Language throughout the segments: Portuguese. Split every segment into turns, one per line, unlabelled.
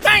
Tá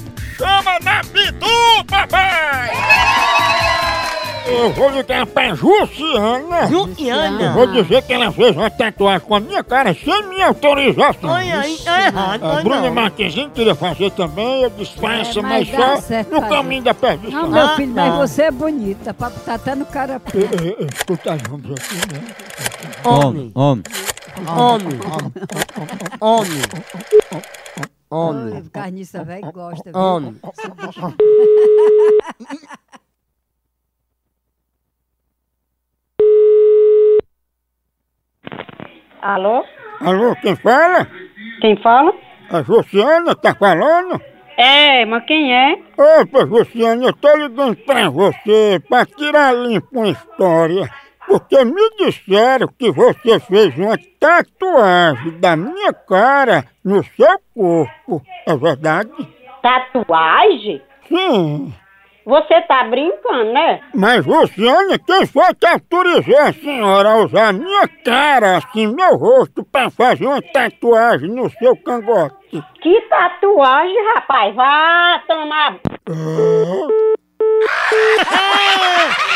chama na Pitu, papai! Eu vou ligar pra Jussiana. Eu vou dizer que ela fez uma tatuagem com a minha cara sem minha autorização.
Olha aí, tá errado.
A
olha
Bruna
não.
Marquezine queria fazer também, eu disfarço,
É,
mas,
mas dá
só
certo,
no
pai.
caminho da perdição.
Não, meu
Ah,
filho,
não.
mas você é bonita, papo tá até no
Ei,
carapé.
ei, ei, Escuta juntos aqui, né?
Homem,
homem.
homem, homem, homem,
Ai, Carniça velho gosta, viu?
homem.
Alô?
Alô, quem fala?
Quem fala?
A Jussiana tá falando?
É, mas quem é?
Opa, Luciana, eu tô ligando pra você pra tirar limpo uma história. Porque me disseram que você fez uma tatuagem da minha cara no seu corpo. É verdade?
Tatuagem?
Sim.
Você tá brincando, né?
Mas, Luciana, quem foi que autorizou a senhora a usar a minha cara, assim, meu rosto, pra fazer uma tatuagem no seu cangote?
Que tatuagem, rapaz? Vá tomar.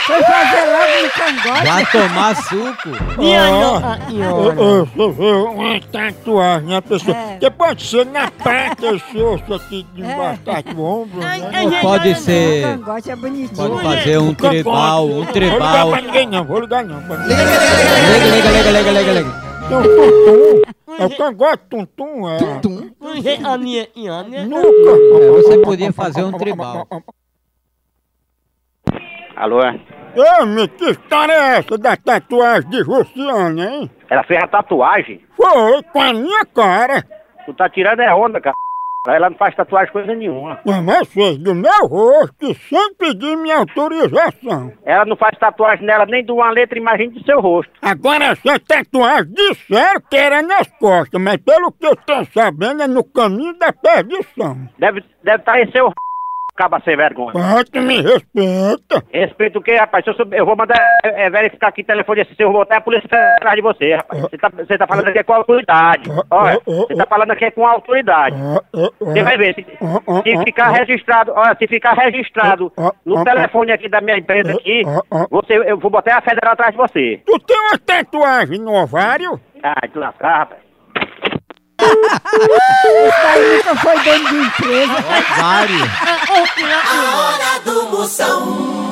Foi fazer logo no cangote.
Vai tomar suco.
Minha Nossa Senhora.
Ah, Eu, eu, eu, uma tatuagem, né, pessoa?
É.
Que pode ser na pata esse osso aqui de batata do ombro.
É. Ai,
né?
ai, ai,
Pode
ai,
O
ser.
cangote é bonitinho.
Pode fazer um
Fica bom.
tribal, um
Vou ligar
tribal.
pra ninguém não, vou ligar não. pra ninguém.
Lega, lega, lega, lega, lega, lega.
Tem um tum-tum. É o cangote tum-tum, é. Tum-tum.
não. Você é a minha Iana.
É,
Nunca.
você podia fazer um tribal.
Alô? é?
Ei, me que história é essa da tatuagem de Luciana, hein?
Ela fez a tatuagem?
Foi, com a minha cara.
Tu tá tirando é onda, cara. Ela não faz tatuagem coisa nenhuma.
Mas fez do meu rosto sem pedir minha autorização.
Ela não faz tatuagem nela nem de uma letra, imagina do seu rosto.
Agora essa tatuagem disseram que era nas costas, mas pelo que eu tô sabendo é no caminho da perdição.
Deve estar deve tá em seu caba sem vergonha.
Pato, me respeita.
Respeito o quê, rapaz? Se eu, souber- eu vou mandar é, é, verificar aqui o telefone desse seu botar a polícia tá atrás de você, rapaz. Você tá, você tá falando aqui com autoridade. Olha, você tá falando aqui com autoridade.
Ah, ah, ah.
Você vai ver, se, se ficar registrado, olha, se ficar registrado no telefone aqui da minha empresa aqui, você, eu vou botar a federal atrás de você.
Tu tem uma tatuagem no ovário?
Ah, te lascar, rapaz.
Aí nunca foi dono de empresa.
Vários.
Hora do Moção.